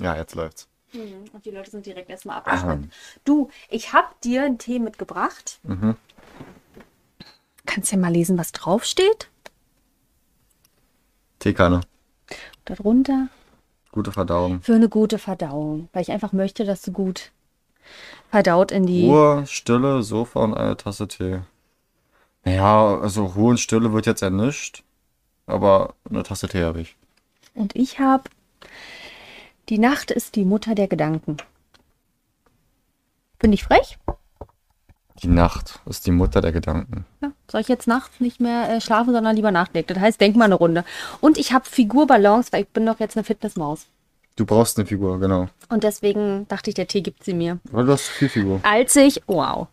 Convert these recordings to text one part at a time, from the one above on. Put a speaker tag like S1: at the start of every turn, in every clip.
S1: Ja, jetzt läuft's.
S2: Hm, Und die Leute sind direkt erstmal abgeschnitten. Du, ich hab dir einen Tee mitgebracht. Kannst ja mal lesen, was draufsteht.
S1: Teekanne.
S2: Darunter.
S1: Gute Verdauung.
S2: Für eine gute Verdauung. Weil ich einfach möchte, dass du gut verdaut in die.
S1: Ruhe, Stille, Sofa und eine Tasse Tee. Naja, also Ruhe und Stille wird jetzt ernischt. Aber eine Tasse Tee habe ich.
S2: Und ich hab. Die Nacht ist die Mutter der Gedanken. Bin ich frech?
S1: Die Nacht ist die Mutter der Gedanken.
S2: Ja, soll ich jetzt nachts nicht mehr äh, schlafen, sondern lieber nachdenken? Das heißt, denk mal eine Runde. Und ich habe Figurbalance, weil ich bin doch jetzt eine Fitnessmaus.
S1: Du brauchst eine Figur, genau.
S2: Und deswegen dachte ich, der Tee gibt sie mir.
S1: Weil du hast viel Figur.
S2: Als ich, wow,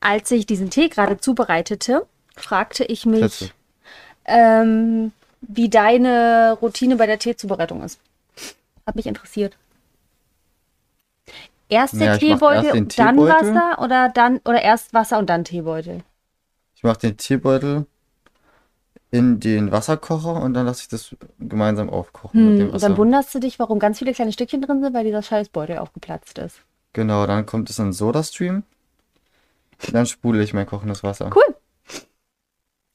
S2: als ich diesen Tee gerade zubereitete, fragte ich mich,
S1: Schätze.
S2: ähm, wie deine Routine bei der Teezubereitung ist. Hat mich interessiert. Erst der
S1: Ja, ich mach
S2: Teebeutel
S1: erst den
S2: und dann
S1: Teebeutel.
S2: Wasser oder dann oder erst Wasser und dann Teebeutel.
S1: Ich mache den Teebeutel in den Wasserkocher und dann lasse ich das gemeinsam aufkochen mit
S2: Hm,
S1: dem
S2: und
S1: Wasser.
S2: dann wunderst du dich, warum ganz viele kleine Stückchen drin sind, weil dieser Scheißbeutel aufgeplatzt ist.
S1: genau, dann kommt es in Sodastream. Dann spule ich mein kochendes Wasser.
S2: Cool.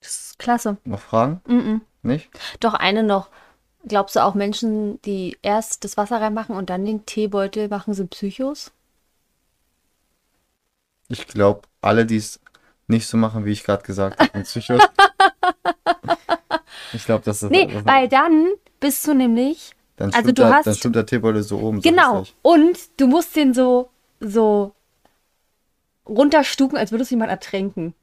S2: Das ist klasse.
S1: Noch Fragen?
S2: Mhm.
S1: Nicht?
S2: Doch eine noch. Glaubst du auch Menschen, die erst das Wasser reinmachen und dann den Teebeutel machen, sind Psychos?
S1: Ich glaube, alle, die es nicht so machen, wie ich gerade gesagt habe, sind Psychos. ich glaube, das ist.
S2: Nee,
S1: das-
S2: weil dann bist du nämlich.
S1: dann
S2: also
S1: schwimmt
S2: du
S1: der,
S2: hast-
S1: Dann schwimmt der Teebeutel so oben. so
S2: genau.
S1: richtig.
S2: Und du musst den so, so runterstuken, als würdest du jemanden ertränken.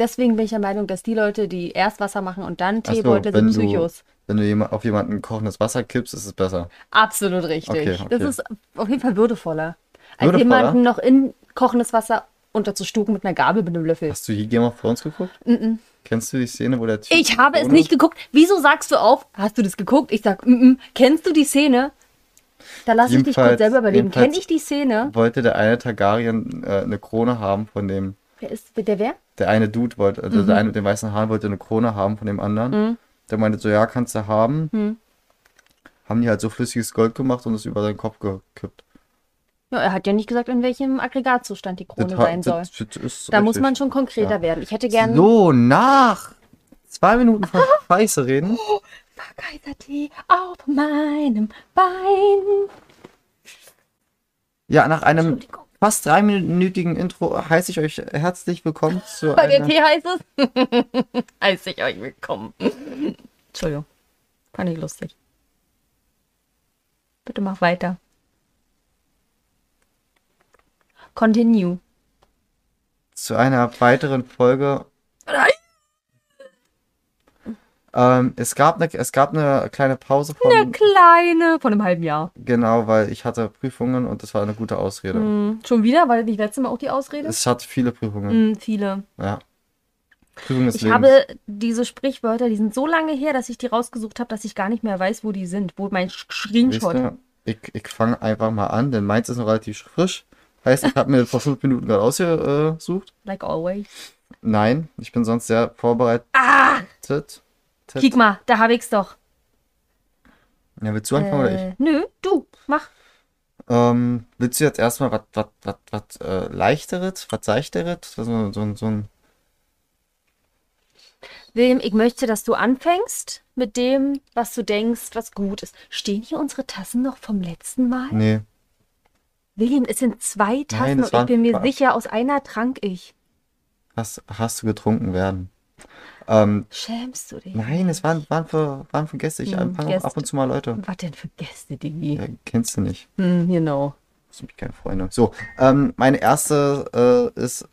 S2: Deswegen bin ich der Meinung, dass die Leute, die erst Wasser machen und dann
S1: Ach so,
S2: Teebeutel,
S1: wenn
S2: sind
S1: du,
S2: Psychos.
S1: Wenn du jema- auf jemanden kochendes Wasser kippst, ist es besser.
S2: Absolut richtig.
S1: Okay, okay.
S2: Das ist auf jeden Fall würdevoller. Als
S1: Würdevoller?
S2: jemanden noch in kochendes Wasser unterzustuken mit einer Gabel, mit einem Löffel.
S1: Hast du hier Game of Thrones geguckt? Kennst du die Szene, wo der Typ.
S2: Mhm. Ich habe es
S1: ohne-
S2: nicht geguckt. Wieso sagst du auf, hast du das geguckt? Ich sag, mm -mm. kennst du die Szene? Da lass ich dich
S1: Jedenfalls-
S2: kurz selber überlegen.
S1: jedenfalls-
S2: Kenne ich die Szene?
S1: Wollte der eine Targaryen äh, eine Krone haben von dem.
S2: Wer ist der wer?
S1: der eine Dude wollte, also
S2: Mhm.
S1: der eine mit den weißen Haaren wollte eine Krone haben von dem anderen. Der meinte so, ja, kannst du haben.
S2: Mhm.
S1: Haben die halt so flüssiges Gold gemacht und es über seinen Kopf gekippt.
S2: Ja, er hat ja nicht gesagt, in welchem Aggregatzustand die Krone
S1: Das hat-
S2: sein soll.
S1: das- das ist
S2: Da muss
S1: richtig.
S2: man schon konkreter
S1: Ja.
S2: werden. Ich hätte gern
S1: So, nach zwei Minuten von Scheiße reden.
S2: Kaisertee auf meinem Bein.
S1: Ja, nach einem
S2: Entschuldigung.
S1: fast dreiminütigen Intro heiße ich euch herzlich willkommen zu
S2: Bei der
S1: einer...
S2: Tee heißt es. Heiß ich euch willkommen. Entschuldigung. Fand ich lustig. Bitte mach weiter. Continue.
S1: zu einer weiteren Folge.
S2: Nein.
S1: Ähm, es, gab eine, es gab eine kleine Pause von,
S2: Eine kleine von einem halben Jahr.
S1: genau, weil ich hatte Prüfungen und das war eine gute Ausrede.
S2: Hm, schon wieder? War das nicht letztes Mal auch die Ausrede?
S1: Es hat viele Prüfungen.
S2: Hm, viele.
S1: Ja. Prüfungen des
S2: Ich
S1: Lebens.
S2: habe diese Sprichwörter, die sind so lange her, dass ich die rausgesucht habe, dass ich gar nicht mehr weiß, wo die sind. Wo mein Sch-
S1: Wisst
S2: Screenshot.
S1: ihr, ich ich fange einfach mal an, denn meins ist noch relativ frisch. Heißt, ich habe mir das vor fünf Minuten gerade ausgesucht.
S2: Like always.
S1: Nein, ich bin sonst sehr vorbereitet.
S2: Ah!
S1: Tit.
S2: Kiek mal, da hab ich's doch.
S1: Ja, willst du anfangen oder ich?
S2: Äh, nö, du, mach.
S1: Ähm, willst du jetzt erstmal was was was was äh, leichteres, was seichteres, so so so, so ein
S2: William, ich möchte, dass du anfängst mit dem, was du denkst, was gut ist. Stehen hier unsere Tassen noch vom letzten Mal?
S1: nee,
S2: William, es sind zwei Tassen
S1: das
S2: und ich
S1: waren-
S2: bin mir
S1: war-
S2: sicher, aus einer trank ich.
S1: hast hast du getrunken werden. Ähm,
S2: Schämst du dich?
S1: nein, es waren waren für waren für Gäste, ich
S2: Hm,
S1: anfange
S2: Gäste.
S1: ab und zu mal Leute.
S2: Was denn für Gäste, Digi?
S1: Ja, kennst du nicht.
S2: Hm, genau.
S1: Das sind keine Freunde. So, ähm, meine erste äh, ist,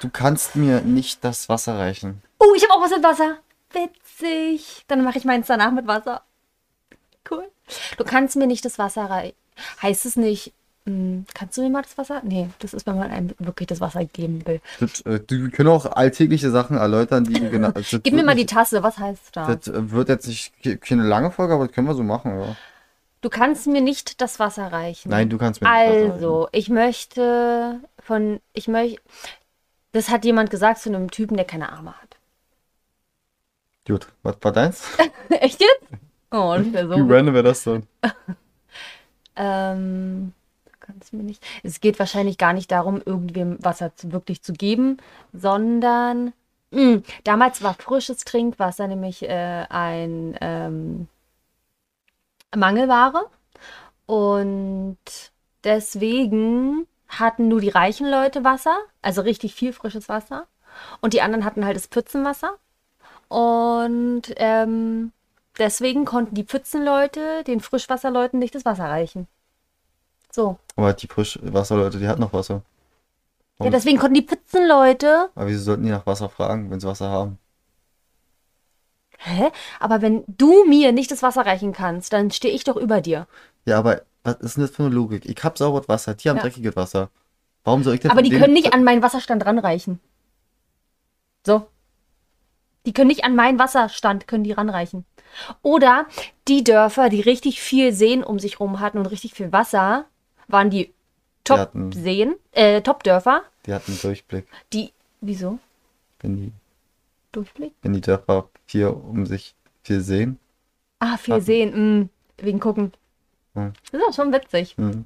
S1: du kannst mir nicht das Wasser reichen.
S2: Oh, ich habe auch was mit Wasser. Witzig. Dann mache ich meins danach mit Wasser. Cool. Du kannst mir nicht das Wasser reichen. Heißt es nicht, hm, kannst du mir mal das Wasser? Nee, das ist, wenn man einem wirklich das Wasser geben will.
S1: Das, äh, du wir können auch alltägliche Sachen erläutern, die wir genau. das
S2: Gib mir
S1: wird
S2: mal die
S1: nicht-
S2: Tasse, was heißt da?
S1: Das äh, wird jetzt nicht ke- keine lange Folge, aber das können wir so machen, ja.
S2: Du kannst mir nicht das Wasser reichen.
S1: Nein, du kannst mir nicht das Wasser
S2: Also, ich möchte von, ich möchte, das hat jemand gesagt zu einem Typen, der keine Arme hat.
S1: Gut, was war deins?
S2: Echt jetzt? Oh, das wäre so.
S1: Wie random wäre das denn?
S2: Ähm, kannst du mir nicht. Es geht wahrscheinlich gar nicht darum, irgendwem Wasser zu, wirklich zu geben, sondern Mm, damals war frisches Trinkwasser nämlich äh, ein ähm, Mangelware und deswegen hatten nur die reichen Leute Wasser, also richtig viel frisches Wasser und die anderen hatten halt das Pfützenwasser und ähm, deswegen konnten die Pfützenleute den Frischwasserleuten nicht das Wasser reichen. So.
S1: Aber die Frischwasserleute, die hatten noch Wasser.
S2: Ja,
S1: Warum-
S2: deswegen konnten die Pfützenleute
S1: Aber wieso sollten die nach Wasser fragen, wenn sie Wasser haben?
S2: Hä? Aber wenn du mir nicht das Wasser reichen kannst, dann stehe ich doch über dir.
S1: Ja, aber was ist denn das für eine Logik? Ich hab sauberes Wasser, die haben
S2: Ja.
S1: dreckiges Wasser. Warum soll ich denn
S2: Aber
S1: von
S2: die
S1: denen-
S2: können nicht an meinen Wasserstand ranreichen. So. Die können nicht an meinen Wasserstand, können die ranreichen. Oder die Dörfer, die richtig viel Seen um sich rum hatten und richtig viel Wasser, waren die
S1: hatten-
S2: Top-Seen, äh, Top-Dörfer,
S1: Die hatten einen Durchblick,
S2: die, wieso?
S1: wenn die,
S2: Durchblick?
S1: wenn die Dörfer hier um sich viel sehen.
S2: Ah, viel
S1: Hatten.
S2: Seen, mh, wegen Gucken.
S1: Hm.
S2: Das ist auch schon witzig.
S1: Hm.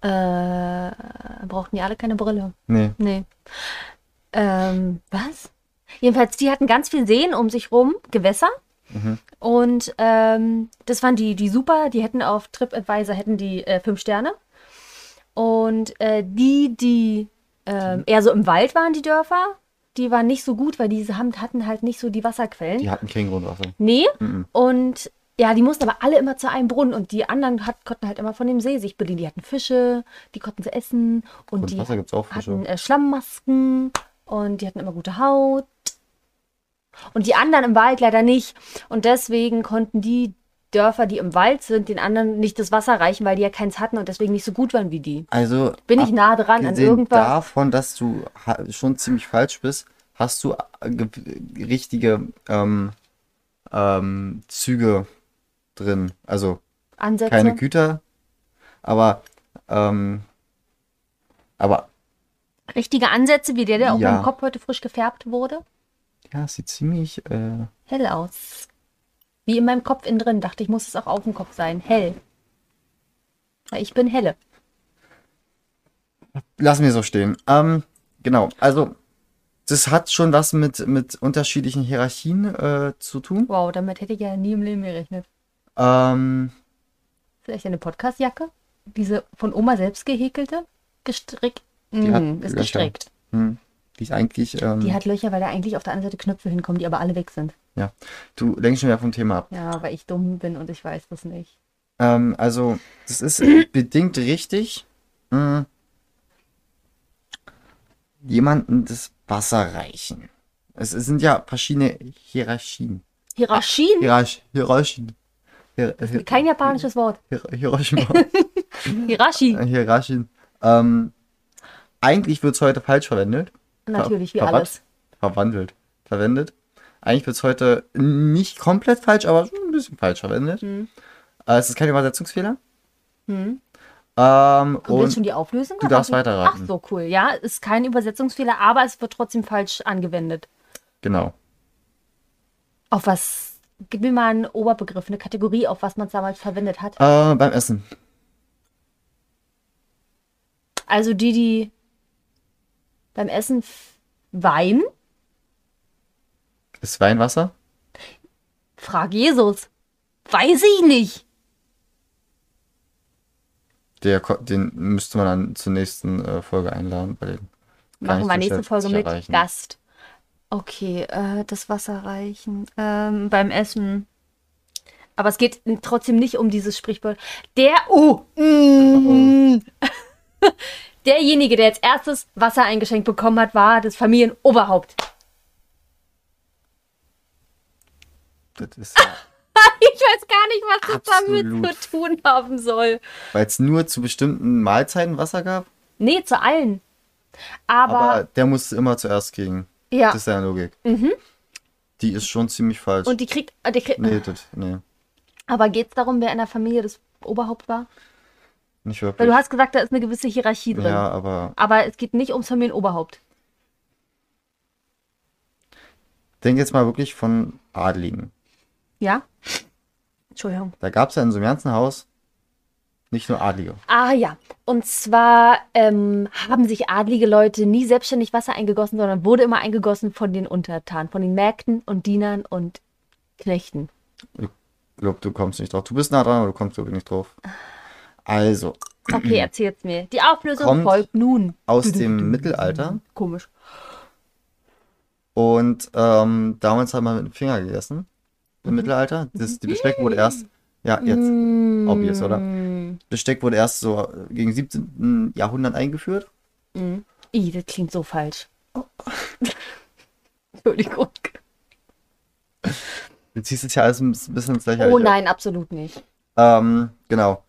S2: Äh, brauchten die alle keine Brille.
S1: Nee.
S2: Nee. Ähm, was? Jedenfalls, die hatten ganz viel Seen um sich rum, Gewässer. Und ähm, das waren die, die super, die hätten auf TripAdvisor hätten die äh, fünf Sterne. Und äh, die, die ähm, eher so im Wald waren, die Dörfer, die waren nicht so gut, weil diese haben, hatten halt nicht so die Wasserquellen.
S1: Die hatten kein Grundwasser.
S2: Nee.
S1: Mhm.
S2: Und ja, die mussten aber alle immer zu einem Brunnen und die anderen hat, konnten halt immer von dem See sich bedienen. Die hatten Fische, die konnten sie essen und die
S1: Grundwasser gibt's auch
S2: hatten
S1: Fische.
S2: äh, Schlammmasken und die hatten immer gute Haut. Und die anderen im Wald leider nicht. Und deswegen konnten die Dörfer, die im Wald sind, den anderen nicht das Wasser reichen, weil die ja keins hatten und deswegen nicht so gut waren wie die.
S1: Also
S2: Bin ich nah dran an
S1: abgesehen
S2: irgendwas?
S1: davon, dass du ha- schon ziemlich falsch bist, hast du äh, ge- richtige ähm, ähm, Züge drin. Also
S2: Ansätze?
S1: keine Güter, aber ähm, aber
S2: Richtige Ansätze, wie der, der auf
S1: Ja.
S2: meinem Kopf heute frisch gefärbt wurde.
S1: ja, es sieht ziemlich äh,
S2: Hell aus. Wie in meinem Kopf innen drin. Dachte ich, muss es auch auf dem Kopf sein. Hell. Weil ich bin helle.
S1: Lassen wir so stehen. Ähm, genau, also das hat schon was mit, mit unterschiedlichen Hierarchien äh, zu tun.
S2: Wow, damit hätte ich ja nie im Leben gerechnet.
S1: Ähm,
S2: Vielleicht eine Podcastjacke? Diese von Oma selbst gehäkelte? Gestrickt. Mm,
S1: hat
S2: ist
S1: Löcher.
S2: gestrickt.
S1: hm, die ist eigentlich, ähm,
S2: Die hat Löcher, weil da eigentlich auf der anderen Seite Knöpfe hinkommen, die aber alle weg sind.
S1: ja, du lenkst schon wieder vom Thema ab.
S2: Ja, weil ich dumm bin und ich weiß das nicht.
S1: Ähm, also, das ist bedingt richtig, mh, jemanden das Wasser reichen. Es, es sind ja verschiedene Hierarchien.
S2: Hirashin?
S1: Hierarch, Hierarchien. Hier, äh, hier,
S2: Kein japanisches Wort.
S1: hier, Hiroshima.
S2: Hirashi.
S1: Äh, Hier Raschin. Ähm, eigentlich wird es heute falsch verwendet.
S2: Natürlich, wie
S1: Ver-
S2: alles.
S1: Verwandelt. Verwendet. Eigentlich wird es heute nicht komplett falsch, aber schon ein bisschen falsch verwendet.
S2: Hm.
S1: Äh, es ist kein Übersetzungsfehler. Ähm,
S2: Du willst schon
S1: und
S2: die Auflösung?
S1: du darfst
S2: verraten?
S1: weiterraten.
S2: Ach so, cool. Ja, ist kein Übersetzungsfehler, aber es wird trotzdem falsch angewendet.
S1: genau.
S2: Auf was? Gib mir mal einen Oberbegriff, eine Kategorie, auf was man es damals verwendet hat.
S1: Äh, beim Essen.
S2: Also die, die beim Essen f- Wein?
S1: Ist Weinwasser?
S2: Frag Jesus. Weiß ich nicht.
S1: Der, ko- den müsste man dann zur nächsten äh, Folge einladen. Bei den gar
S2: Machen
S1: nicht so
S2: wir nächste
S1: schlecht
S2: Folge
S1: zu
S2: mit
S1: erreichen.
S2: Gast. Okay, äh, das Wasser reichen. Ähm, beim Essen. Aber es geht trotzdem nicht um dieses Sprichwort. Der, oh, mm, derjenige, der als erstes Wasser eingeschenkt bekommen hat, war das Familienoberhaupt.
S1: Das ist,
S2: Ich weiß gar nicht, was das damit
S1: Absolut.
S2: zu tun haben soll.
S1: weil es nur zu bestimmten Mahlzeiten Wasser gab,
S2: Nee, zu allen. Aber,
S1: aber der musste immer zuerst kriegen.
S2: ja, Mhm.
S1: Das ist deine Logik. Die ist schon ziemlich falsch.
S2: und die kriegt, äh, die kriegt
S1: nee, das, nee,
S2: aber geht es darum, wer in der Familie das Oberhaupt war?
S1: nicht
S2: Weil
S1: wirklich.
S2: du hast gesagt, da ist eine gewisse Hierarchie drin.
S1: ja, aber
S2: Aber es geht nicht ums Familienoberhaupt.
S1: denk jetzt mal wirklich von Adligen.
S2: Ja? Entschuldigung.
S1: Da gab es ja in so einem ganzen Haus nicht nur Adlige.
S2: Ah ja, und zwar ähm, haben sich adlige Leute nie selbstständig Wasser eingegossen, sondern wurde immer eingegossen von den Untertanen, von den Mägden und Dienern und Knechten.
S1: Ich glaube, du kommst nicht drauf. Du bist nah dran, aber du kommst glaube ich nicht drauf. Also,
S2: Okay, erzähl's mir. Die Auflösung
S1: Kommt
S2: folgt nun.
S1: aus dem Mittelalter
S2: Komisch.
S1: und ähm, damals hat man mit dem Finger gegessen.
S2: Mhm.
S1: Im Mittelalter. Das, die Besteck wurde erst, ja, jetzt, obvious, oder?
S2: Hm.
S1: Besteck wurde erst so gegen 17. Jahrhundert eingeführt.
S2: I, das klingt so falsch. Entschuldigung.
S1: Du ziehst es ja alles ein bisschen ins Lächerliche.
S2: Oh nein, absolut nicht.
S1: Ähm, genau.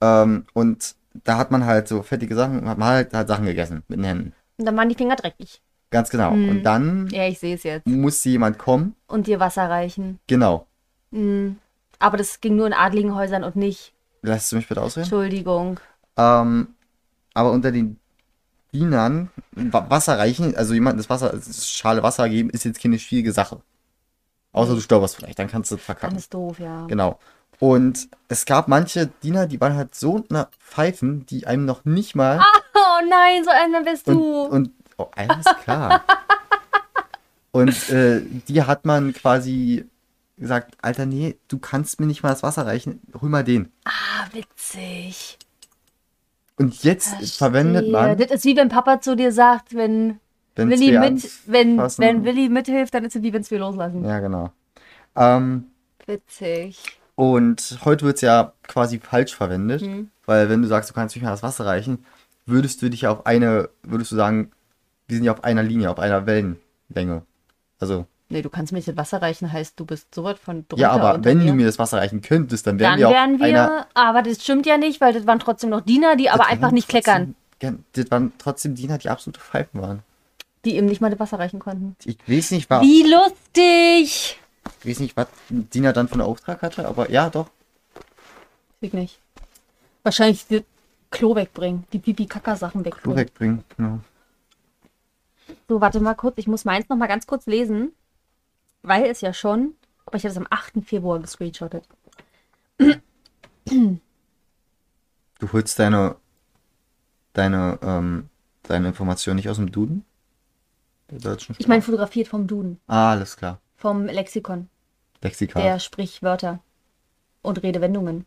S1: Ähm, und da hat man halt so fettige Sachen, hat man halt, halt Sachen gegessen mit den Händen.
S2: Und dann waren die Finger dreckig.
S1: Ganz genau. Und dann
S2: Ja, ich sehe es jetzt.
S1: muss jemand kommen.
S2: Und dir Wasser reichen. Hm.
S1: Genau.
S2: Aber das ging nur in adligen Häusern und nicht.
S1: Lass du mich bitte ausreden?
S2: Entschuldigung.
S1: Ähm, aber unter den Dienern Wa- Wasser reichen, also jemandem das Wasser, also das Schale Wasser geben, ist jetzt keine schwierige Sache. Außer du stolperst vielleicht, dann kannst du es
S2: Dann
S1: verkacken.
S2: ist doof, ja.
S1: Genau. Und es gab manche Diener, die waren halt so na, Pfeifen, die einem noch nicht mal.
S2: Oh nein, so einer bist
S1: Und,
S2: du.
S1: und oh, alles klar. und äh, die hat man quasi gesagt, Alter, nee, du kannst mir nicht mal das Wasser reichen, hol mal den.
S2: ah, witzig.
S1: Und jetzt verwendet man,
S2: Das ist wie wenn Papa zu dir sagt, wenn
S1: wenn
S2: Willi,
S1: zwei
S2: mit, wenn,
S1: anfassen-
S2: wenn Willi mithilft, dann ist es wie wenn es wir loslassen.
S1: Ja, genau. Ähm,
S2: Witzig.
S1: und heute wird es ja quasi falsch verwendet,
S2: Mhm.
S1: weil wenn du sagst, du kannst nicht mal das Wasser reichen, würdest du dich ja auf eine, würdest du sagen, wir sind ja auf einer Linie, auf einer Wellenlänge. Also,
S2: Nee, du kannst mich das Wasser reichen, heißt, du bist so weit von drunter.
S1: ja, aber
S2: unter
S1: wenn
S2: mir.
S1: du mir das Wasser reichen könntest, dann wären
S2: Dann
S1: wir auf
S2: wären
S1: einer
S2: wir, aber das stimmt ja nicht, weil das waren trotzdem noch Diener, die aber
S1: Das
S2: einfach
S1: waren
S2: nicht kleckern,
S1: trotzdem- ja, Das waren trotzdem Diener, die absolute Pfeifen waren.
S2: die ihm nicht mal das Wasser reichen konnten.
S1: Ich weiß nicht, wa-
S2: Wie lustig!
S1: ich weiß nicht was Diener dann von Auftrag hatte, aber ja, doch.
S2: Ich nicht. Wahrscheinlich die Klo wegbringen, die Pipi-Kaka-Sachen
S1: Klo
S2: wegbringen.
S1: wegbringen. genau. Ja.
S2: So, warte mal kurz, ich muss meins noch mal ganz kurz lesen, weil es ja schon, aber ich habe es am 8. Februar gescreenshottet.
S1: Du holst deine, deine, ähm, deine Information nicht aus dem Duden? Der deutschen
S2: Ich meine
S1: Sprache.
S2: fotografiert vom Duden,
S1: Ah, alles klar.
S2: vom Lexikon
S1: Lexika
S2: der Sprichwörter und Redewendungen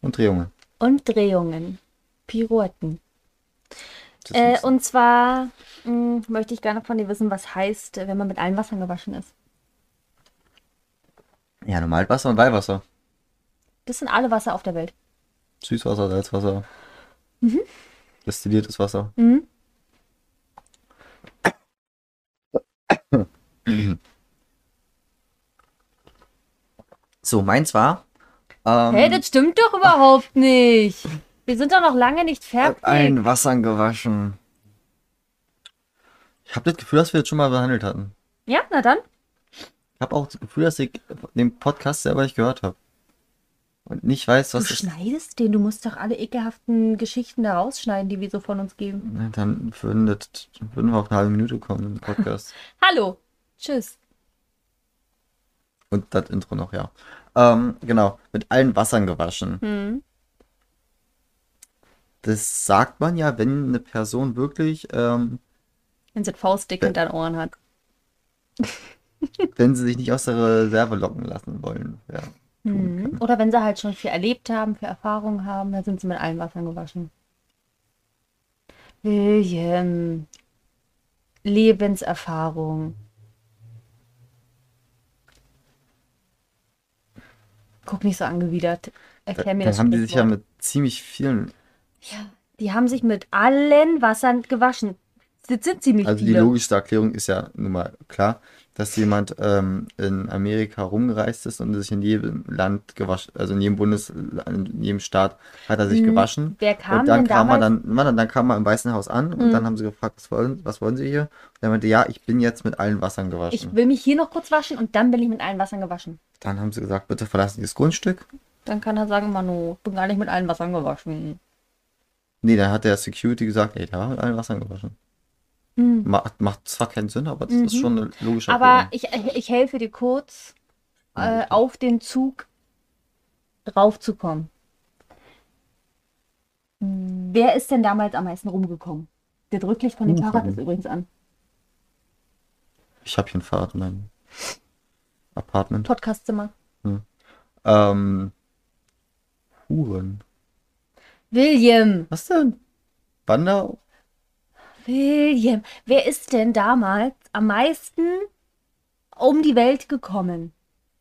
S1: und Drehungen.
S2: und Drehungen, Pirouetten.
S1: Das
S2: Äh,
S1: ist-
S2: und zwar mh, möchte ich gerne von dir wissen, was heißt, wenn man mit allen Wassern gewaschen ist.
S1: ja, Normalwasser und Weihwasser.
S2: Das sind alle Wasser auf der Welt.
S1: Süßwasser, Salzwasser.
S2: Mhm.
S1: Destilliertes Wasser.
S2: Hm?
S1: So, meins war. Ähm,
S2: Hey, das stimmt doch überhaupt nicht. Wir sind doch noch lange nicht
S1: Äh,
S2: fertig.
S1: allen Wassern gewaschen. Ich habe das Gefühl, dass wir das schon mal behandelt hatten.
S2: Ja, na dann.
S1: Ich habe auch das Gefühl, dass ich den Podcast selber nicht gehört habe. Und nicht weiß,
S2: Du
S1: was ist.
S2: schneidest den, du musst doch alle ekelhaften Geschichten da rausschneiden, die wir so von uns geben.
S1: Na, Dann würden, das, würden wir auf eine halbe Minute kommen im Podcast.
S2: Hallo. Tschüss.
S1: Und das Intro noch, ja. Ähm, genau, mit allen Wassern gewaschen. Das sagt man ja, wenn eine Person wirklich, ähm,
S2: Wenn sie den Faustdick
S1: Äh.
S2: hinter den Ohren hat.
S1: wenn sie sich nicht aus der Reserve locken lassen wollen. Ja.
S2: Mhm. Oder wenn sie halt schon viel erlebt haben, viel Erfahrung haben, dann sind sie mit allen Wassern gewaschen. William. Lebenserfahrung. Guck nicht so angewidert. Erklär mir
S1: Dann
S2: das
S1: haben die sich ja
S2: Sprichwort.
S1: mit ziemlich vielen,
S2: Ja, die haben sich mit allen Wassern gewaschen. Das sind ziemlich
S1: also die
S2: viele.
S1: logischste Erklärung ist ja nun mal klar, dass jemand ähm, in Amerika rumgereist ist und sich in jedem Land gewaschen, also in jedem Bundesland, in jedem Staat hat er
S2: Mhm.
S1: sich gewaschen.
S2: Wer kam
S1: und dann
S2: denn
S1: kam
S2: damals? Mhm.
S1: man dann, man, dann kam man im Weißen Haus an und dann haben sie gefragt, was wollen, was wollen sie hier? Und er meinte, ja, ich bin jetzt mit allen Wassern gewaschen.
S2: ich will mich hier noch kurz waschen und dann bin ich mit allen Wassern gewaschen.
S1: Dann haben sie gesagt, bitte verlassen Sie das Grundstück.
S2: Dann kann er sagen, Manu, ich bin gar nicht mit allen Wassern gewaschen.
S1: Nee, dann hat der Security gesagt, ey, der war mit allen Wassern gewaschen. Macht, macht zwar keinen Sinn, aber das ist schon eine logische
S2: Mhm. Aber
S1: Erklärung.
S2: ich, ich helfe dir kurz. äh, auf den Zug raufzukommen. Wer ist denn damals am meisten rumgekommen? Der Drücklicht von dem
S1: Hm,
S2: Fahrrad
S1: mhm.
S2: ist übrigens an.
S1: Ich habe hier ein Fahrrad in meinem Apartment.
S2: Podcastzimmer.
S1: Ähm. Huren.
S2: William,
S1: Was denn? Wander?
S2: William, wer ist denn damals am meisten um die Welt gekommen?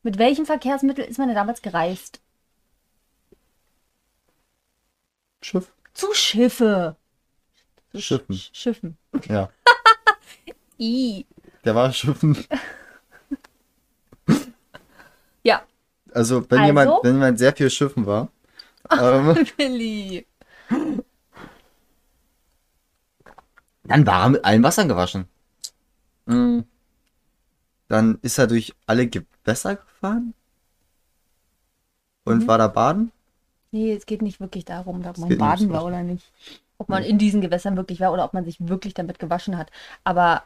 S2: Mit welchem Verkehrsmittel ist man denn damals gereist?
S1: Schiff?
S2: Zu Schiffe. Zu Sch-
S1: Schiffen.
S2: Schiffen.
S1: Ja.
S2: I.
S1: Der war schiffen.
S2: Ja,
S1: Also, wenn
S2: Also?
S1: jemand, wenn jemand sehr viel schiffen war. Ähm,
S2: Willi.
S1: dann war er mit allen Wassern gewaschen. Mhm. Dann ist er durch alle Gewässer gefahren. Und war da baden.
S2: Nee, es geht nicht wirklich darum, ob man
S1: geht nicht
S2: baden
S1: ums
S2: war oder nicht. Ob man in diesen Gewässern wirklich war oder ob man sich wirklich damit gewaschen hat. Aber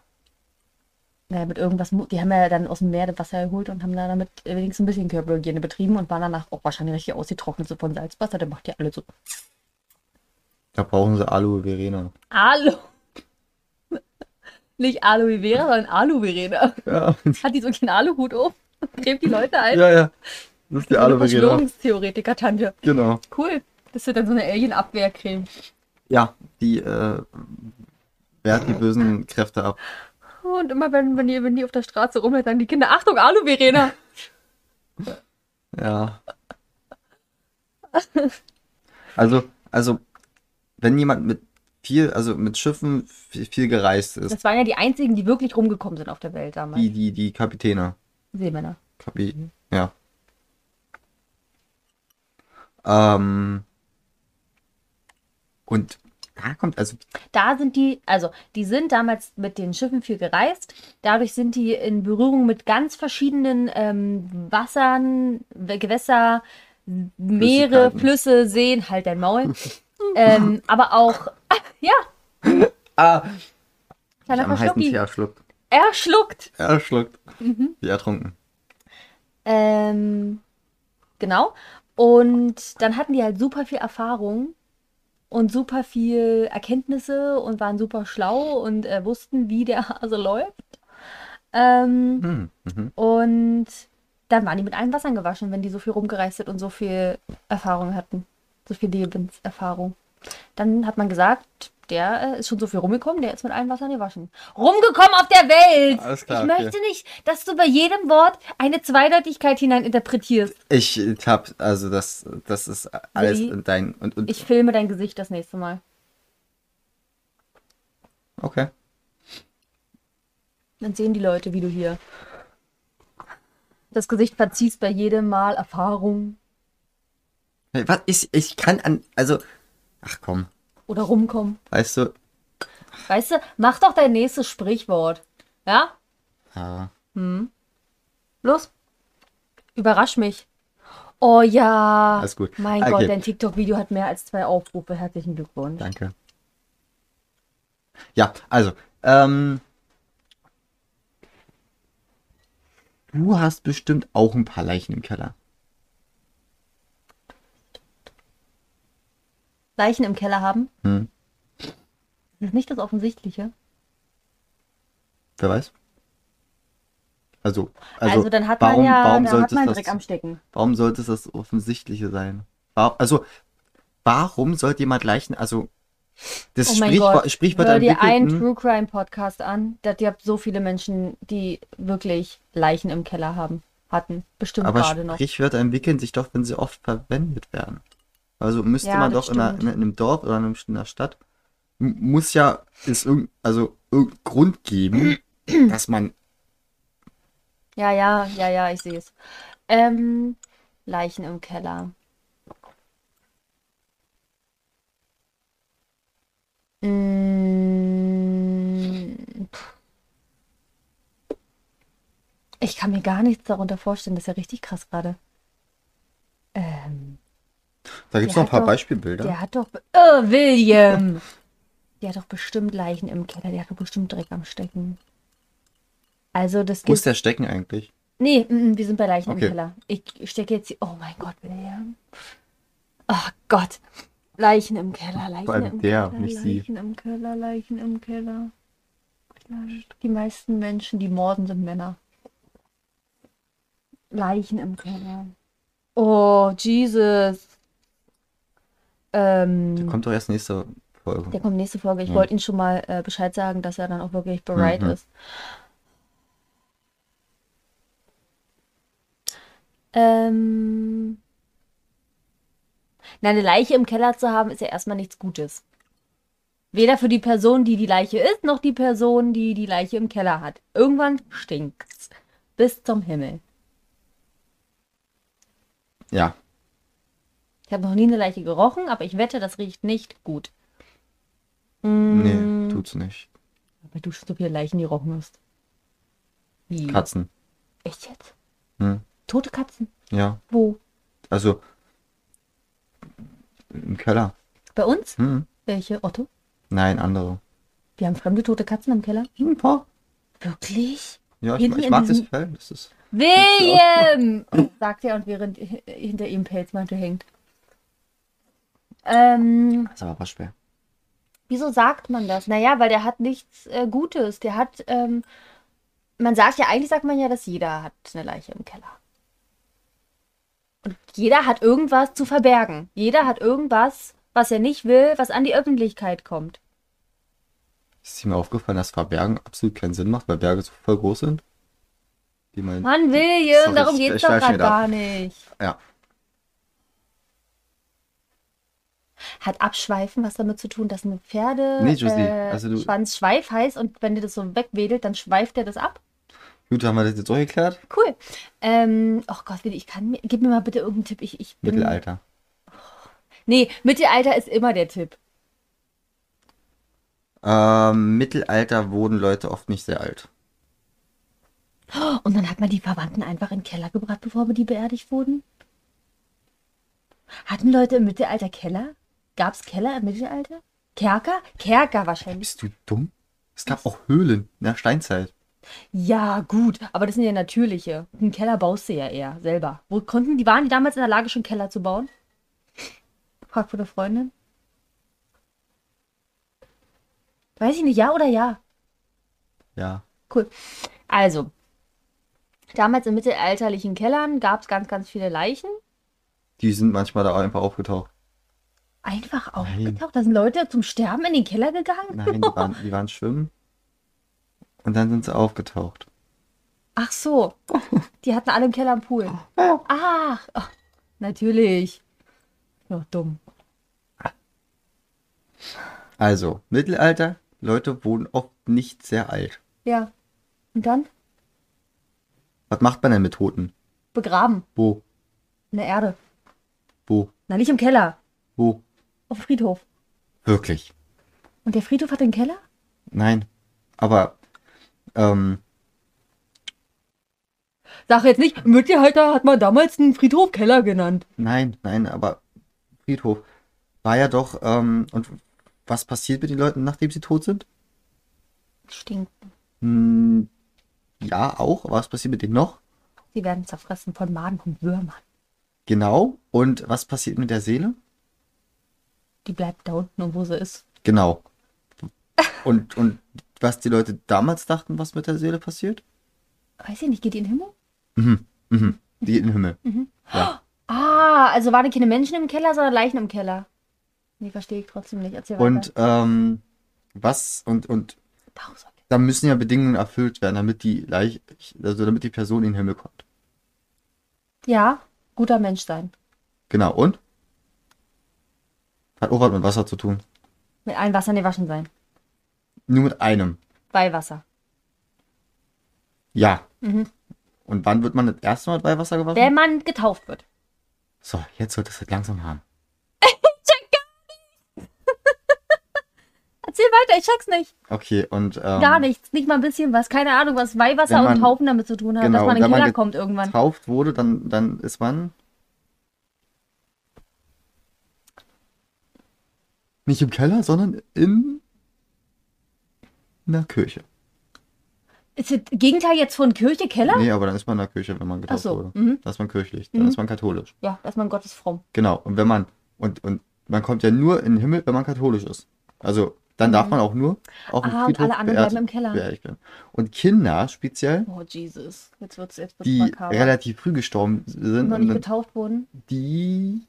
S2: naja, mit irgendwas, mu- die haben ja dann aus dem Meer das Wasser geholt und haben da damit wenigstens ein bisschen Körperhygiene betrieben und waren danach auch wahrscheinlich richtig ausgetrocknet so von Salzwasser. Dann macht ihr alle so.
S1: Da brauchen sie Aloe Verena.
S2: Alu! Nicht Aloe Vera, sondern Aluverena.
S1: Ja,
S2: Hat die so einen Aluhut auf? und Gräbt die Leute ein?
S1: ja, ja. Das ist die
S2: So eine
S1: Aloe Verena.
S2: Verschwörungstheoretiker, Tante.
S1: Genau.
S2: Cool. Das wird dann so eine Alien-Abwehrcreme.
S1: Ja, die äh, wehrt die bösen Kräfte ab.
S2: Und immer wenn, wenn, die, wenn die auf der Straße rumhält, sagen die Kinder, Achtung, Alu Verena.
S1: Ja. Also, also, wenn jemand mit viel, also mit Schiffen viel, viel gereist ist,
S2: Das waren ja die einzigen, die wirklich rumgekommen sind auf der Welt damals.
S1: die, die, die Kapitäne.
S2: Seemänner.
S1: Kapi
S2: Mhm.
S1: ja. Ähm, und da kommt, also,
S2: Da sind die, also die sind damals mit den Schiffen viel gereist. Dadurch sind die in Berührung mit ganz verschiedenen ähm, Wassern, W- Gewässer, Meere,
S1: Flüssigkeiten.
S2: Flüsse, Seen, halt dein Maul. ähm, aber auch, ja,
S1: ah,
S2: kleiner
S1: am heißen Tee
S2: Verschlucki.
S1: erschluckt.
S2: Er schluckt.
S1: Erschluckt.
S2: Mhm.
S1: Wie ertrunken.
S2: Ähm, genau. Und dann hatten die halt super viel Erfahrung und super viel Erkenntnisse und waren super schlau und äh, wussten, wie der Hase läuft. Ähm,
S1: Hm, mhm.
S2: und dann waren die mit allen Wassern gewaschen, wenn die so viel rumgereist sind und so viel Erfahrung hatten. So viel Lebenserfahrung. Dann hat man gesagt, der äh, ist schon so viel rumgekommen, der ist mit allen Wassern gewaschen. Rumgekommen auf der Welt!
S1: Alles klar,
S2: ich
S1: okay.
S2: möchte nicht, dass du bei jedem Wort eine Zweideutigkeit hineininterpretierst.
S1: Ich hab, also das, das ist alles
S2: Willi,
S1: in dein, und, und,
S2: Ich filme dein Gesicht das nächste Mal.
S1: okay.
S2: Dann sehen die Leute, wie du hier das Gesicht verziehst bei jedem Mal Erfahrung
S1: Hey, was? Ich, ich kann an. Also. Ach komm.
S2: oder rumkommen.
S1: Weißt du.
S2: Weißt du, mach doch dein nächstes Sprichwort. Ja?
S1: Ja.
S2: Los. Überrasch mich. Oh ja.
S1: Alles gut. Ah,
S2: Mein
S1: Okay.
S2: Gott, dein TikTok-Video hat mehr als zwei Aufrufe. Herzlichen Glückwunsch.
S1: Danke. Ja, also. Ähm, du hast bestimmt auch ein paar Leichen im Keller.
S2: Leichen im Keller haben.
S1: Hm.
S2: Das ist nicht das Offensichtliche.
S1: Wer weiß? Also.
S2: Also,
S1: Also,
S2: dann hat man
S1: warum,
S2: ja,
S1: warum
S2: dann hat
S1: sollte
S2: man
S1: es
S2: Dreck am
S1: das,
S2: Stecken.
S1: warum sollte es das Offensichtliche sein? Wa- Also, warum sollte jemand Leichen. Also. Das
S2: Oh mein
S1: Sprichwort,
S2: Gott,
S1: Sprichwort hm?
S2: hör dir einen
S1: entwickelten-
S2: True Crime Podcast an, dass ihr habt so viele Menschen, die wirklich Leichen im Keller haben, hatten. Bestimmt
S1: Aber
S2: gerade noch.
S1: Sprichwörter entwickeln sich doch, wenn sie oft verwendet werden. Also müsste
S2: Ja,
S1: man
S2: das
S1: doch in, einer, in
S2: stimmt.
S1: einem Dorf oder in einem- in einer Stadt, m- muss ja es irgend, also irgendeinen Grund geben, dass man,
S2: Ja, ja, ja, ja, ich sehe es. Ähm, Leichen im Keller. Mm, pff. Ich kann mir gar nichts darunter vorstellen. Das ist ja richtig krass gerade. Ähm,
S1: da gibt es
S2: Der
S1: noch ein paar
S2: hat doch-
S1: Beispielbilder.
S2: der hat doch. be- Oh, William! Der hat doch bestimmt Leichen im Keller. Der hat doch bestimmt Dreck am Stecken. Also, das
S1: Wo
S2: gibt.
S1: ist der Stecken eigentlich?
S2: Nee, mm, mm, wir sind bei Leichen
S1: Okay.
S2: im Keller. Ich stecke jetzt. Oh mein Gott, William. Oh Gott. Leichen im Keller, Leichen
S1: allem
S2: im
S1: der,
S2: Keller,
S1: nicht sie.
S2: Leichen im Keller, Leichen im Keller. Die meisten Menschen, die morden, sind Männer. Leichen im Keller. Oh, Jesus. Ähm,
S1: Der kommt doch erst nächste Folge.
S2: der kommt nächste Folge. Ich
S1: Ja.
S2: wollte Ihnen schon mal äh, Bescheid sagen, dass er dann auch wirklich bereit
S1: Mhm.
S2: ist. Ähm. Na, eine Leiche im Keller zu haben, ist ja erstmal nichts Gutes. Weder für die Person, die die Leiche ist, noch die Person, die die Leiche im Keller hat. Irgendwann stinkt's. Bis zum Himmel.
S1: Ja.
S2: Ich habe noch nie eine Leiche gerochen, aber ich wette, das riecht nicht gut. Mm.
S1: Nee, tut's nicht.
S2: Weil du schon so viele Leichen gerochen hast. Wie?
S1: Katzen.
S2: Echt jetzt?
S1: Hm.
S2: Tote Katzen?
S1: Ja.
S2: Wo?
S1: Also. Im Keller.
S2: Bei uns?
S1: Hm.
S2: Welche? Otto?
S1: Nein, andere. Hm,
S2: Wir haben fremde tote Katzen im Keller?
S1: Ein paar.
S2: Wirklich?
S1: Ja, ich,
S2: Hinten
S1: ich
S2: in
S1: mag das
S2: diesem-
S1: Fell. Das ist.
S2: William! sagt er und während h- hinter ihm Pelzmantel hängt. Ähm,
S1: Das ist aber was schwer.
S2: wieso sagt man das? Naja, weil der hat nichts äh, Gutes. Der hat, ähm, man sagt ja, eigentlich sagt man ja, dass jeder hat eine Leiche im Keller. Und jeder hat irgendwas zu verbergen. Jeder hat irgendwas, was er nicht will, was an die Öffentlichkeit kommt.
S1: Ist dir mal aufgefallen, dass Verbergen absolut keinen Sinn macht, weil Berge so voll groß sind? Die man.
S2: Mann, William,
S1: Sorry,
S2: darum
S1: ich
S2: geht's doch
S1: schweife
S2: gerade
S1: wieder ab.
S2: gar nicht.
S1: Ja.
S2: Hat Abschweifen was damit zu tun, dass ein Pferde
S1: Nee, Josie,
S2: äh,
S1: also du-
S2: Schwanz Schweif heißt und wenn dir das so wegwedelt, dann schweift er das ab?
S1: Gut, haben wir das jetzt auch geklärt?
S2: Cool. Ähm, oh Gott, Willi, ich kann mir. Gib mir mal bitte irgendeinen Tipp. Ich, ich bin,
S1: Mittelalter.
S2: Nee, Mittelalter ist immer der Tipp.
S1: Ähm, Mittelalter wurden Leute oft nicht sehr alt.
S2: Und dann hat man die Verwandten einfach in den Keller gebracht, bevor die beerdigt wurden? Hatten Leute im Mittelalter Keller? Gab's Keller im Mittelalter? Kerker? Kerker wahrscheinlich.
S1: Bist du dumm? Es gab auch Höhlen in der Steinzeit.
S2: Ja, gut, aber das sind ja natürliche. Einen Keller baust du ja eher selber. Wo konnten die, waren die damals in der Lage, schon einen Keller zu bauen? Frankfurter Freundin? Weiß ich nicht, ja oder ja?
S1: Ja.
S2: Cool. Also, damals in mittelalterlichen Kellern gab es ganz, ganz viele Leichen.
S1: Die sind manchmal da einfach aufgetaucht.
S2: Einfach aufgetaucht. Da sind Leute zum Sterben in den Keller gegangen.
S1: Nein, die waren, die waren schwimmen. Und dann sind sie aufgetaucht.
S2: Ach so. Die hatten alle im Keller einen Pool. Ach, ach, natürlich. Ja, dumm.
S1: Also, Mittelalter, Leute wurden oft nicht sehr alt.
S2: Ja. Und dann?
S1: Was macht man denn mit Toten?
S2: Begraben.
S1: Wo?
S2: In der Erde.
S1: Wo?
S2: Na, nicht im Keller.
S1: Wo?
S2: Auf dem Friedhof.
S1: Wirklich?
S2: Und der Friedhof hat den Keller?
S1: Nein. Aber, ähm,
S2: Sag jetzt nicht, im Mittelalter hat man damals einen Friedhof Keller genannt.
S1: nein, nein, aber Friedhof war ja doch, ähm, und was passiert mit den Leuten, nachdem sie tot sind?
S2: Stinkt.
S1: Hm, ja, auch. Was passiert mit denen noch?
S2: Sie werden zerfressen von Maden und Würmern.
S1: Genau. Und was passiert mit der Seele?
S2: Die bleibt da unten, wo sie ist.
S1: Genau. Und, und was die Leute damals dachten, was mit der Seele passiert?
S2: Weiß ich nicht, geht die in den Himmel?
S1: Mhm. Die geht in den Himmel. Ja.
S2: Ah, also waren keine Menschen im Keller, sondern Leichen im Keller. Nee, verstehe ich trotzdem nicht. Erzähl
S1: Und
S2: weiter.
S1: ähm, was und und
S2: Tausend.
S1: da müssen ja Bedingungen erfüllt werden, damit die Leiche, also damit die Person in den Himmel kommt.
S2: Ja, guter Mensch sein.
S1: Genau. Und hat auch was mit Wasser zu tun.
S2: Mit allen Wassern gewaschen sein.
S1: Nur mit einem.
S2: Weihwasser.
S1: Ja.
S2: Mhm.
S1: Und wann wird man das erste Mal bei Wasser gewaschen?
S2: Wenn man getauft wird.
S1: So, jetzt solltest du es halt langsam haben.
S2: Erzähl weiter, ich check's nicht.
S1: Okay, und ähm,
S2: Gar nichts, nicht mal ein bisschen was. Keine Ahnung, was Weihwasser
S1: Wenn man-
S2: und Taufen damit zu tun haben,
S1: genau,
S2: dass man in den
S1: wenn man
S2: Keller
S1: ge-
S2: kommt irgendwann.
S1: getauft wurde, dann, dann ist man nicht im Keller, sondern in einer Kirche.
S2: Ist das Gegenteil jetzt von Kirche, Keller?
S1: Nee, aber dann ist man in der Kirche, wenn man getauft
S2: so,
S1: wurde.
S2: mhm.
S1: Dann ist man kirchlich, dann ist man katholisch.
S2: Ja, dass man Gott ist fromm.
S1: Genau. Und wenn man, und, und man kommt ja nur in den Himmel, wenn man katholisch ist. Also dann darf man auch nur auf dem
S2: Mhm. Ah, und
S1: Friedhof
S2: alle anderen
S1: beerdigt-
S2: bleiben im Keller.
S1: beerdigt werden. Und Kinder speziell,
S2: Oh, Jesus. Jetzt wird's jetzt wird's
S1: die
S2: makaber.
S1: relativ früh gestorben sind,
S2: Noch
S1: und
S2: nicht
S1: dann,
S2: getauft wurden.
S1: die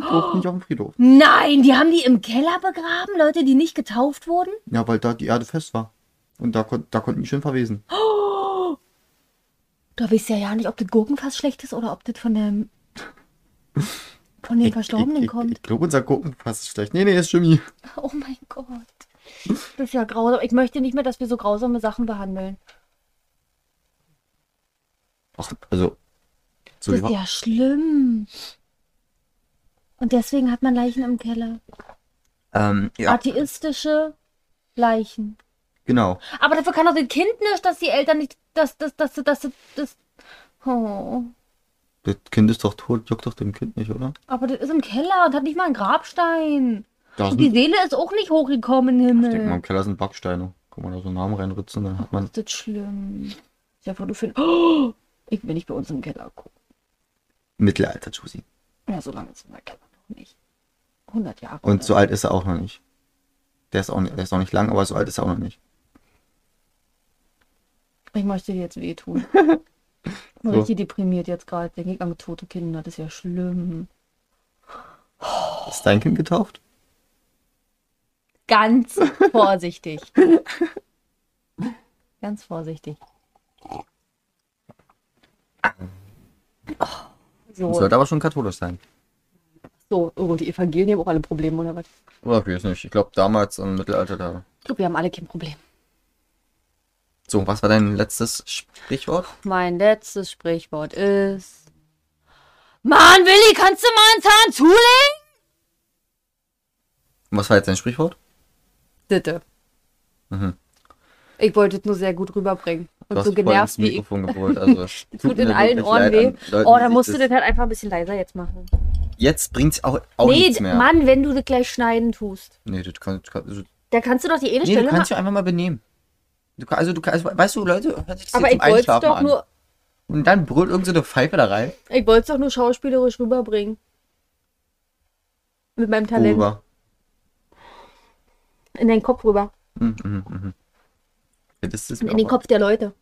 S1: durften nicht auf dem Friedhof.
S2: Nein, die haben die im Keller begraben, Leute, die nicht getauft wurden?
S1: Ja, weil da die Erde fest war. Und da, kon da konnten die schön verwesen.
S2: Ah, Du weißt ja ja nicht, ob das Gurkenfass schlecht ist oder ob das von dem von den Verstorbenen
S1: ich, ich,
S2: kommt.
S1: Ich, ich glaube, unser Gurkenpass ist schlecht. Nee, nee, ist Jimmy.
S2: Oh mein Gott. Das ist ja grausam. Ich möchte nicht mehr, dass wir so grausame Sachen behandeln.
S1: Ach, also. So
S2: Das
S1: wie
S2: ist
S1: war.
S2: ja schlimm. Und deswegen hat man Leichen im Keller.
S1: Ähm, ja,
S2: Atheistische Leichen.
S1: genau.
S2: Aber dafür kann doch das Kind nicht, dass die Eltern nicht, dass, dass, dass, dass, dass, dass oh.
S1: Das Kind ist doch tot, juckt doch dem Kind nicht, oder?
S2: Aber das ist im Keller und hat nicht mal einen Grabstein.
S1: Da
S2: Und
S1: sind,
S2: die Seele ist auch nicht hochgekommen in den
S1: ich denke mal,
S2: Himmel.
S1: im Keller sind Backsteine. Kann man da so einen Namen reinritzen, dann hat man.
S2: Ist das schlimm? Ich hab du findest. Oh, ich will nicht bei uns im Keller gucken.
S1: Mittelalter, Juicy.
S2: Ja, so lange ist unser Keller noch nicht. 100 Jahre.
S1: Und
S2: oder?
S1: so alt ist er auch noch nicht. Der ist auch nicht, der ist auch nicht lang, aber so alt ist er auch noch nicht.
S2: Ich möchte dir jetzt wehtun. Ich bin
S1: So.
S2: richtig deprimiert jetzt gerade. Denke ich an tote Kinder. Das ist ja schlimm.
S1: Ist dein Kind getauft?
S2: Ganz vorsichtig. Ganz vorsichtig. So,
S1: Sollte aber schon katholisch sein.
S2: so oh, die Evangelien haben auch alle Probleme, oder was?
S1: Oder wie ist nicht? Ich glaube, damals im Mittelalter da.
S2: Ich glaube, wir haben alle kein Problem.
S1: So, was war dein letztes Sprichwort?
S2: Mein letztes Sprichwort ist. Mann, Willi, kannst du mal einen Zahn zulegen?
S1: Und was war jetzt dein Sprichwort?
S2: Bitte. Ich wollte es nur sehr gut rüberbringen.
S1: Mhm. Du
S2: Und
S1: hast
S2: so
S1: voll
S2: genervt
S1: ins
S2: wie ich.
S1: Mikrofon gebrüllt. Also, es
S2: Tut in
S1: mir
S2: allen
S1: wirklich
S2: Ohren
S1: leid
S2: weh.
S1: an Leuten,
S2: oh,
S1: die
S2: da
S1: sich
S2: musst du
S1: das-
S2: das halt einfach ein bisschen leiser jetzt machen.
S1: Jetzt bringt's auch, auch
S2: nee,
S1: nichts mehr.
S2: Mann, wenn du das gleich schneiden tust.
S1: Nee, das kann, das kann, also,
S2: Da kannst du doch die eine
S1: nee, du
S2: Stelle
S1: kannst
S2: machen.
S1: dich einfach mal benehmen. Du, kann- also, du kannst, weißt du, Leute, hört sich das
S2: Aber
S1: jetzt zum
S2: ich wollte es
S1: Einschlafen
S2: doch
S1: an.
S2: nur,
S1: Und dann brüllt irgendeine so eine Pfeife da rein.
S2: ich wollte es doch nur schauspielerisch rüberbringen. Mit meinem Talent.
S1: Worüber?
S2: In den Kopf rüber.
S1: Mhm, mhm, mhm. Ja, Das ist mir
S2: In den
S1: auch-
S2: Kopf der Leute.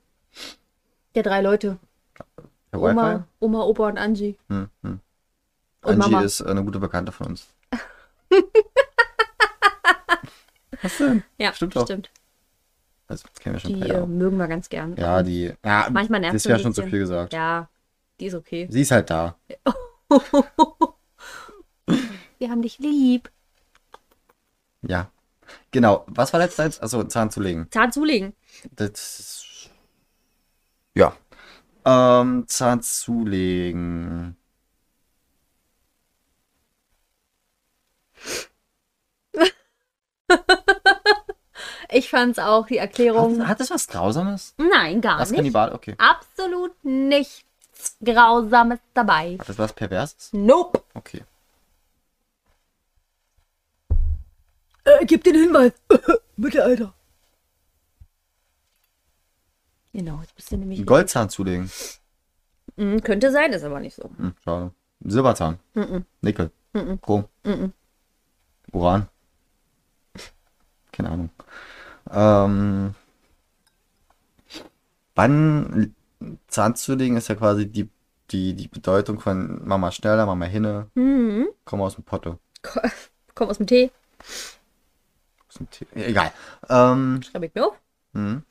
S2: Der drei Leute.
S1: Der Wi-Fi?
S2: Oma, Oma, Opa und Angie.
S1: Hm, hm.
S2: Und
S1: Angie
S2: Mama.
S1: ist äh, eine gute Bekannte von uns. Was denn?
S2: Ja,
S1: Stimmt doch.
S2: stimmt.
S1: Das kennen wir schon
S2: Die
S1: beide
S2: äh,
S1: auch.
S2: mögen wir ganz gern.
S1: Ja, die. Ja,
S2: Manchmal nervt
S1: das
S2: sie
S1: wäre
S2: ein
S1: schon zu
S2: bisschen.
S1: viel gesagt.
S2: Ja, die ist okay.
S1: Sie ist halt da.
S2: Wir haben dich lieb.
S1: Ja. Genau. Was war letztes? Also Zahn zu legen.
S2: Zahn zulegen.
S1: Das ist. Ja. Ähm, Zahn zulegen.
S2: Ich fand's auch, die
S1: Hat,
S2: Erklärung.
S1: hat das was Grausames?
S2: Nein, gar
S1: Was
S2: nicht. Ah.
S1: Kannibal? Okay.
S2: Absolut nichts Grausames dabei.
S1: Hat das was Perverses?
S2: Nope.
S1: Okay.
S2: Äh, gib den Hinweis. Mittelalter. Genau, jetzt bist du nämlich.
S1: Ein Goldzahn zulegen.
S2: Mm, könnte sein, ist aber nicht so.
S1: Hm, schade. Ein Silberzahn. Nickel. Chrom. Uran. Keine Ahnung. Ähm, wann Zahn zulegen ist ja quasi die, die, die Bedeutung von Mama schneller, Mama hinne,
S2: Mhm.
S1: komm aus dem Potte.
S2: Ko- Komm aus dem Tee,
S1: Aus dem Tee. Egal. Ähm,
S2: schreibe ich mir auf.
S1: hm.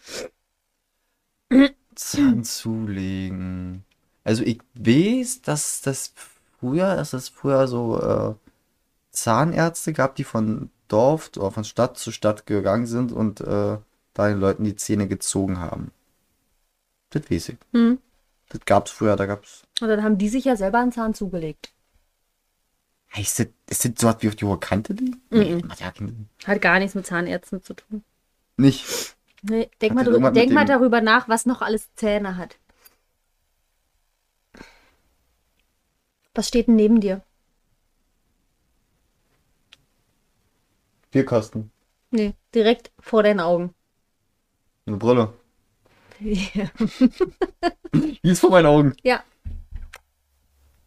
S1: Zahn zulegen. Also ich weiß, dass das früher, dass es früher so äh, Zahnärzte gab, die von Dorf oder von Stadt zu Stadt gegangen sind und äh, da den Leuten die Zähne gezogen haben. Das weiß ich.
S2: Hm.
S1: Das gab's früher, da gab's.
S2: Und dann haben die sich ja selber einen Zahn zugelegt.
S1: Heißt das, ist das so was wie auf die hohe Kante liegen? Nee, macht ja keinen Sinn.
S2: Hat gar nichts mit Zahnärzten zu tun.
S1: Nicht.
S2: Nee, denk
S1: Hat
S2: mal,
S1: das
S2: drü-
S1: irgendwas mit
S2: denk mal
S1: dem-
S2: darüber nach, was noch alles Zähne hat. Was steht denn neben dir?
S1: Bierkasten.
S2: Nee, direkt vor deinen Augen.
S1: Eine Brille. Die ist vor meinen Augen.
S2: ja.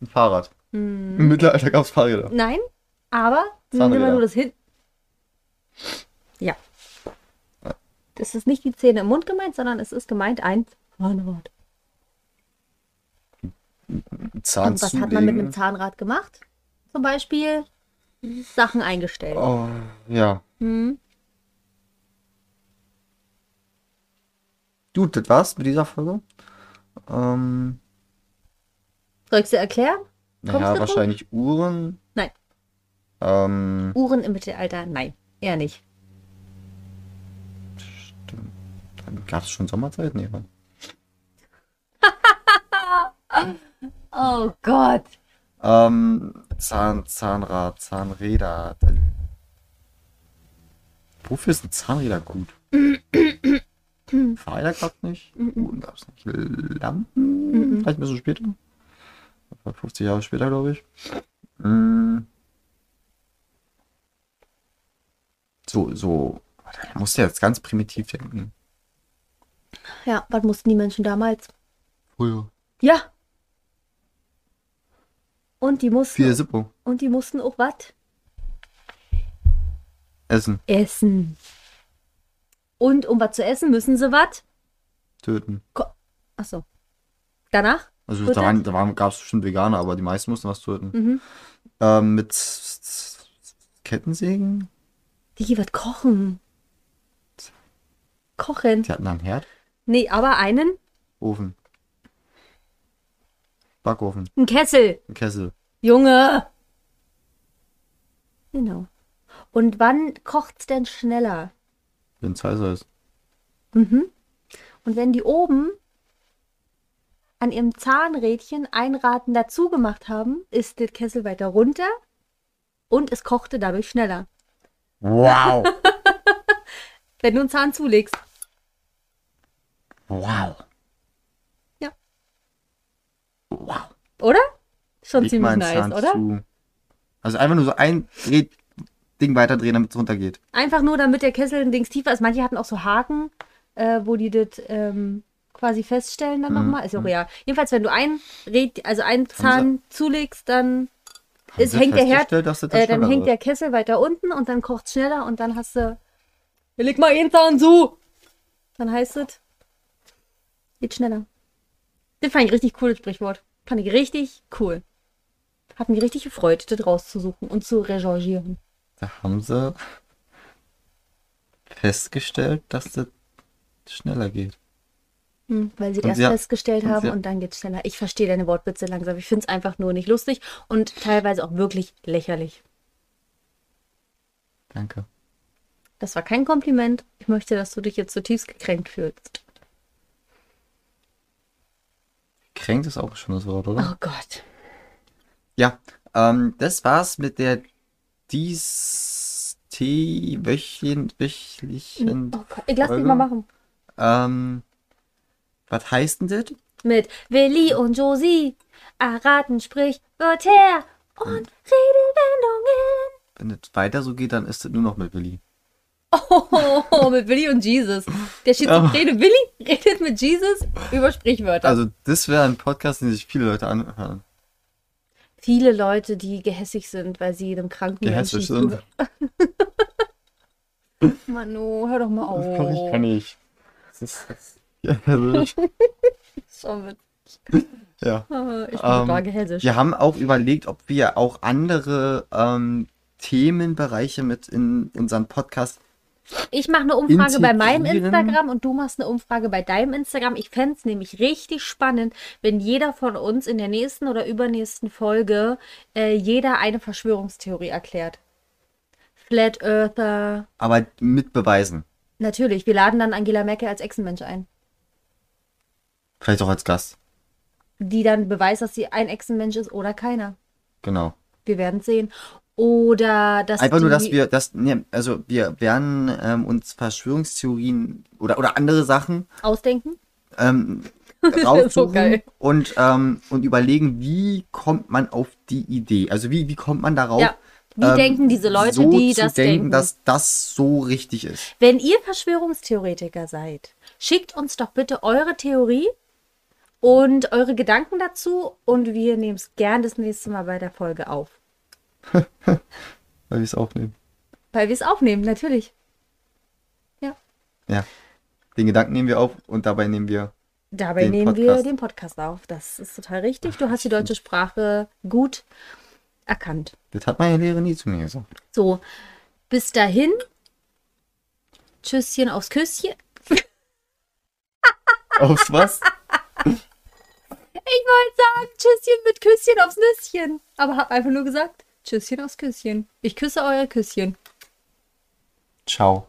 S1: Ein Fahrrad.
S2: Hm.
S1: Im Mittelalter gab es Fahrräder.
S2: Nein, aber nimm
S1: Zahnräder.
S2: immer nur das hin. Ja. Es ist nicht die Zähne im Mund gemeint, sondern es ist gemeint ein Zahnrad.
S1: Zahn
S2: Und was hat man mit
S1: zulegen.
S2: einem Zahnrad gemacht? Zum Beispiel Sachen eingestellt.
S1: Oh, ja.
S2: Hm.
S1: Gut, das war's mit dieser Folge. Ähm,
S2: Soll ich dir erklären? Kommst du
S1: naja,
S2: drauf?
S1: wahrscheinlich Uhren.
S2: Nein.
S1: Ähm,
S2: Uhren im Mittelalter? Nein, eher nicht.
S1: gab es schon Sommerzeit? Nee, wann?
S2: Oh Gott.
S1: Ähm, Zahn, Zahnrad, Zahnräder. Wofür ist ein Zahnräder gut? Fahrräder gab's nicht. Uhren gab's nicht. Lampen? Vielleicht ein bisschen später. 50 Jahre später, glaube ich. Mm. So, so. Da musst du jetzt ganz primitiv denken.
S2: Ja, was mussten die Menschen damals?
S1: Früher.
S2: Ja. Und die mussten,
S1: Viel Sippo.
S2: und die mussten auch was?
S1: Essen.
S2: Essen. Und um was zu essen, müssen sie was?
S1: Töten.
S2: Ko- Achso. Danach?
S1: Also
S2: Butter?
S1: da, waren, da waren, gab es bestimmt Veganer, aber die meisten mussten was töten.
S2: Mhm.
S1: Ähm, mit S- S- S- Kettensägen?
S2: Die wird kochen. Kochen.
S1: Die hatten da einen Herd?
S2: Nee, aber einen,
S1: Ofen. Backofen.
S2: einen Kessel.
S1: Ein Kessel.
S2: Junge! Genau. Und wann kocht's denn schneller?
S1: Wenn es heißer ist.
S2: Und wenn die oben an ihrem Zahnrädchen ein Raten dazu gemacht haben, ist der Kessel weiter runter und es kochte dadurch schneller.
S1: Wow.
S2: Wenn du einen Zahn zulegst.
S1: wow.
S2: Ja.
S1: Wow.
S2: Oder? Schon
S1: Leg mal
S2: ziemlich
S1: einen
S2: nice,
S1: Zahn
S2: oder?
S1: zu. Also einfach nur so ein Dreh Ding weiterdrehen, damit es runtergeht.
S2: Einfach nur, damit der Kessel ein Dings tiefer ist. Manche hatten auch so Haken, äh, wo die das ähm, quasi feststellen
S1: Mhm.
S2: dann nochmal. Ist ja auch real. Jedenfalls, wenn du ein Red, also einen Zahn zulegst, dann
S1: Haben
S2: ist,
S1: sie
S2: hängt der Herd,
S1: festgestellt, dass das
S2: äh, dann
S1: schneller
S2: hängt
S1: wird?
S2: der Kessel weiter unten und dann kocht schneller und dann hast du. Leg mal einen Zahn zu! Dann heißt es, geht schneller. Das fand ich richtig cool, das Sprichwort. Fand ich richtig cool. Hat mich richtig gefreut, das rauszusuchen und zu rechargieren.
S1: Da haben sie festgestellt, dass das schneller geht.
S2: Hm, Weil sie
S1: Und
S2: erst
S1: sie ha-
S2: festgestellt
S1: und
S2: haben
S1: sie-
S2: und dann geht's schneller. Ich verstehe deine Wortwitze langsam. Ich finde es einfach nur nicht lustig und teilweise auch wirklich lächerlich.
S1: Danke.
S2: Das war kein Kompliment. Ich möchte, dass du dich jetzt zutiefst gekränkt fühlst.
S1: Kränkt ist auch ein schönes Wort, oder?
S2: Oh Gott.
S1: Ja, ähm, das war's mit der dies Tee wöchchen, wöchlichen
S2: Oh Gott. Ich lass mich
S1: Folge.
S2: mal machen.
S1: Ähm, was heißt denn das?
S2: Mit Willi und Josie erraten Sprichwörter und Redewendungen.
S1: Wenn das weiter so geht, dann ist das nur noch mit Willi.
S2: Oh, mit Willi und Jesus. Der Schizophrene Willi redet mit Jesus über Sprichwörter.
S1: Oh. Also, das wäre ein Podcast, den sich viele Leute anhören.
S2: Viele Leute, die gehässig sind, weil sie jedem kranken
S1: Gehässig
S2: Menschen
S1: sind.
S2: Manu, hör doch mal auf.
S1: Das kann ich, kann ich. Das ist, ja, also, ich-
S2: Schon mit-
S1: ja.
S2: Ah, Ich bin
S1: Ähm,
S2: total gehässig.
S1: Wir haben auch überlegt, ob wir auch andere ähm, Themenbereiche mit in unseren Podcast
S2: Ich mache eine Umfrage bei meinem
S1: integrieren.
S2: Instagram und du machst eine Umfrage bei deinem Instagram. Ich fände es nämlich richtig spannend, wenn jeder von uns in der nächsten oder übernächsten Folge äh, jeder eine Verschwörungstheorie erklärt. Flat Earther.
S1: aber mit beweisen.
S2: Natürlich, wir laden dann Angela Merkel als Echsenmensch ein,
S1: Vielleicht auch als Gast.
S2: die dann beweist, dass sie ein Echsenmensch ist oder keiner.
S1: Genau.
S2: Wir werden sehen. Oder dass
S1: Einfach nur,
S2: die-
S1: dass wir, dass, nee, also wir werden ähm, uns Verschwörungstheorien oder, oder andere Sachen
S2: ausdenken.
S1: ähm,
S2: ist so
S1: raussuchen
S2: geil.
S1: und, ähm, und überlegen, wie kommt man auf die Idee? Also wie, wie kommt man darauf?
S2: Ja. Wie
S1: ähm,
S2: denken diese Leute,
S1: so
S2: die
S1: zu
S2: das
S1: denken,
S2: denken?
S1: dass das so richtig ist?
S2: Wenn ihr Verschwörungstheoretiker seid, Schickt uns doch bitte eure Theorie und eure Gedanken dazu und wir nehmen es gern das nächste Mal bei der Folge auf.
S1: Weil wir es aufnehmen.
S2: Weil wir es aufnehmen, natürlich.
S1: Ja. Den Gedanken nehmen wir auf und dabei nehmen wir.
S2: Dabei
S1: Den
S2: nehmen wir
S1: Podcast.
S2: den Podcast auf. Das ist total richtig. Du hast die deutsche Sprache gut erkannt.
S1: Das hat meine Lehre nie zu mir gesagt.
S2: So, bis dahin. Tschüsschen aufs Küsschen.
S1: Aufs was?
S2: Ich wollte sagen, Tschüsschen mit Küsschen aufs Nüsschen. Aber hab einfach nur gesagt, Tschüsschen aufs Küsschen. Ich küsse euer Küsschen.
S1: Ciao.